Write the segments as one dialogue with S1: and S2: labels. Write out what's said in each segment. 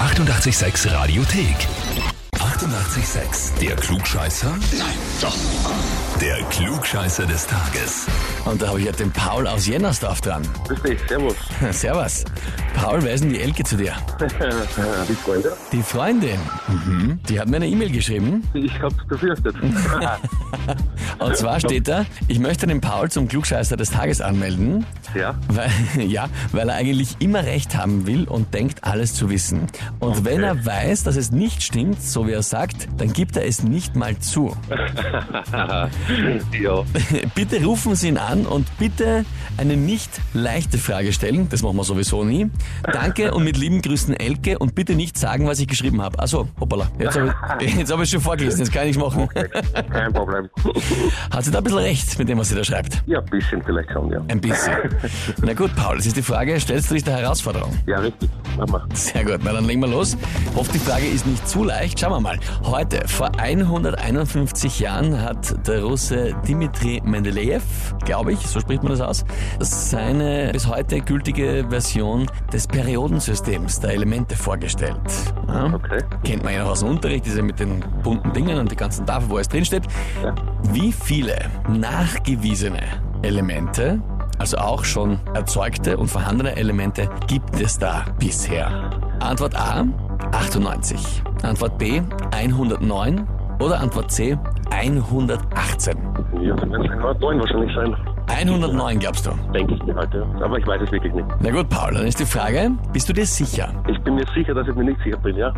S1: 886 Radiothek. 88,6. Der Klugscheißer? Nein, doch. Der Klugscheißer des Tages.
S2: Und da habe ich ja den Paul aus Jennersdorf dran.
S3: Grüß dich, servus.
S2: Servus. Paul, wer ist denn die Elke zu dir?
S3: Äh, Die Freunde?
S2: Die Freundin. Mhm. Die hat mir eine E-Mail geschrieben.
S3: Ich hab's befürchtet.
S2: Und zwar steht da, ich möchte den Paul zum Klugscheißer des Tages anmelden.
S3: ja?
S2: Weil, ja, weil er eigentlich immer recht haben will und denkt, alles zu wissen. Und wenn er weiß, dass es nicht stimmt, so wie er sagt, dann gibt er es nicht mal zu.
S3: ja.
S2: bitte rufen Sie ihn an und bitte eine nicht leichte Frage stellen. Das machen wir sowieso nie. Danke und mit lieben Grüßen Elke und bitte nicht sagen, was ich geschrieben habe. Achso, hoppala. Jetzt habe ich es schon vorgelesen, jetzt kann ich machen.
S3: Kein Problem.
S2: Hat sie da ein bisschen recht mit dem, was sie da schreibt?
S3: Ja, ein bisschen vielleicht schon, ja.
S2: Ein bisschen. Na gut, Paul, das ist die Frage, stellst du dich der Herausforderung?
S3: Ja, richtig. Mach mal.
S2: Sehr gut, na dann legen wir los. Hofft die Frage ist nicht zu leicht. Schauen wir mal. Heute, vor 151 Jahren, hat der Russe Dmitri Mendeleev, glaube ich, so spricht man das aus, seine bis heute gültige Version des Periodensystems der Elemente vorgestellt. Ja?
S3: Okay.
S2: Kennt man ja noch aus dem Unterricht, diese mit den bunten Dingen und die ganzen Tafeln, wo alles drinsteht.
S3: Ja.
S2: Wie viele nachgewiesene Elemente, also auch schon erzeugte und vorhandene Elemente, gibt es da bisher? Antwort A, 98. Antwort B, 109. Oder Antwort C, 118.
S3: Ja, dann werden es 109 wahrscheinlich sein.
S2: 109 glaubst du?
S3: Denke ich mir halt, ja. Aber ich weiß es wirklich nicht.
S2: Na gut, Paul, dann ist die Frage, bist du dir sicher?
S3: Ich bin mir sicher, dass ich mir nicht sicher bin, ja.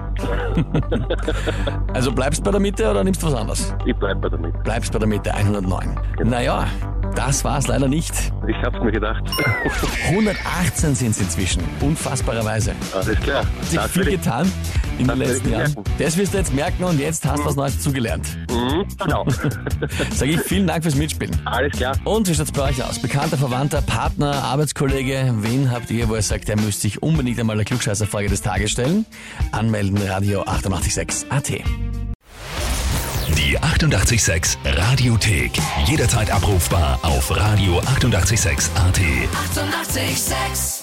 S2: Also bleibst bei der Mitte oder nimmst was anderes?
S3: Ich bleib bei der Mitte.
S2: Bleibst bei der Mitte, 109. Naja, das war's leider nicht.
S3: Ich hab's mir gedacht.
S2: 118 sind es inzwischen, unfassbarerweise.
S3: Alles klar.
S2: sich
S3: Das
S2: viel
S3: will ich-
S2: getan in den
S3: Das will
S2: letzten
S3: ich
S2: Jahren.
S3: merken.
S2: Das wirst du jetzt merken und jetzt hast du was Neues zugelernt.
S3: Mhm, Genau.
S2: Sage ich vielen Dank fürs Mitspielen.
S3: Alles klar.
S2: Und wie schaut's bei euch aus? Bekannter, Verwandter, Partner, Arbeitskollege, wen habt ihr, wo ihr sagt, der müsste sich unbedingt einmal der Klugscheißerfrage des Tages stellen? Anmelden Radio 886 AT.
S1: Die 88,6 Radiothek. Jederzeit abrufbar auf radio886.at. 88,6.
S4: Eighty-eight, sex.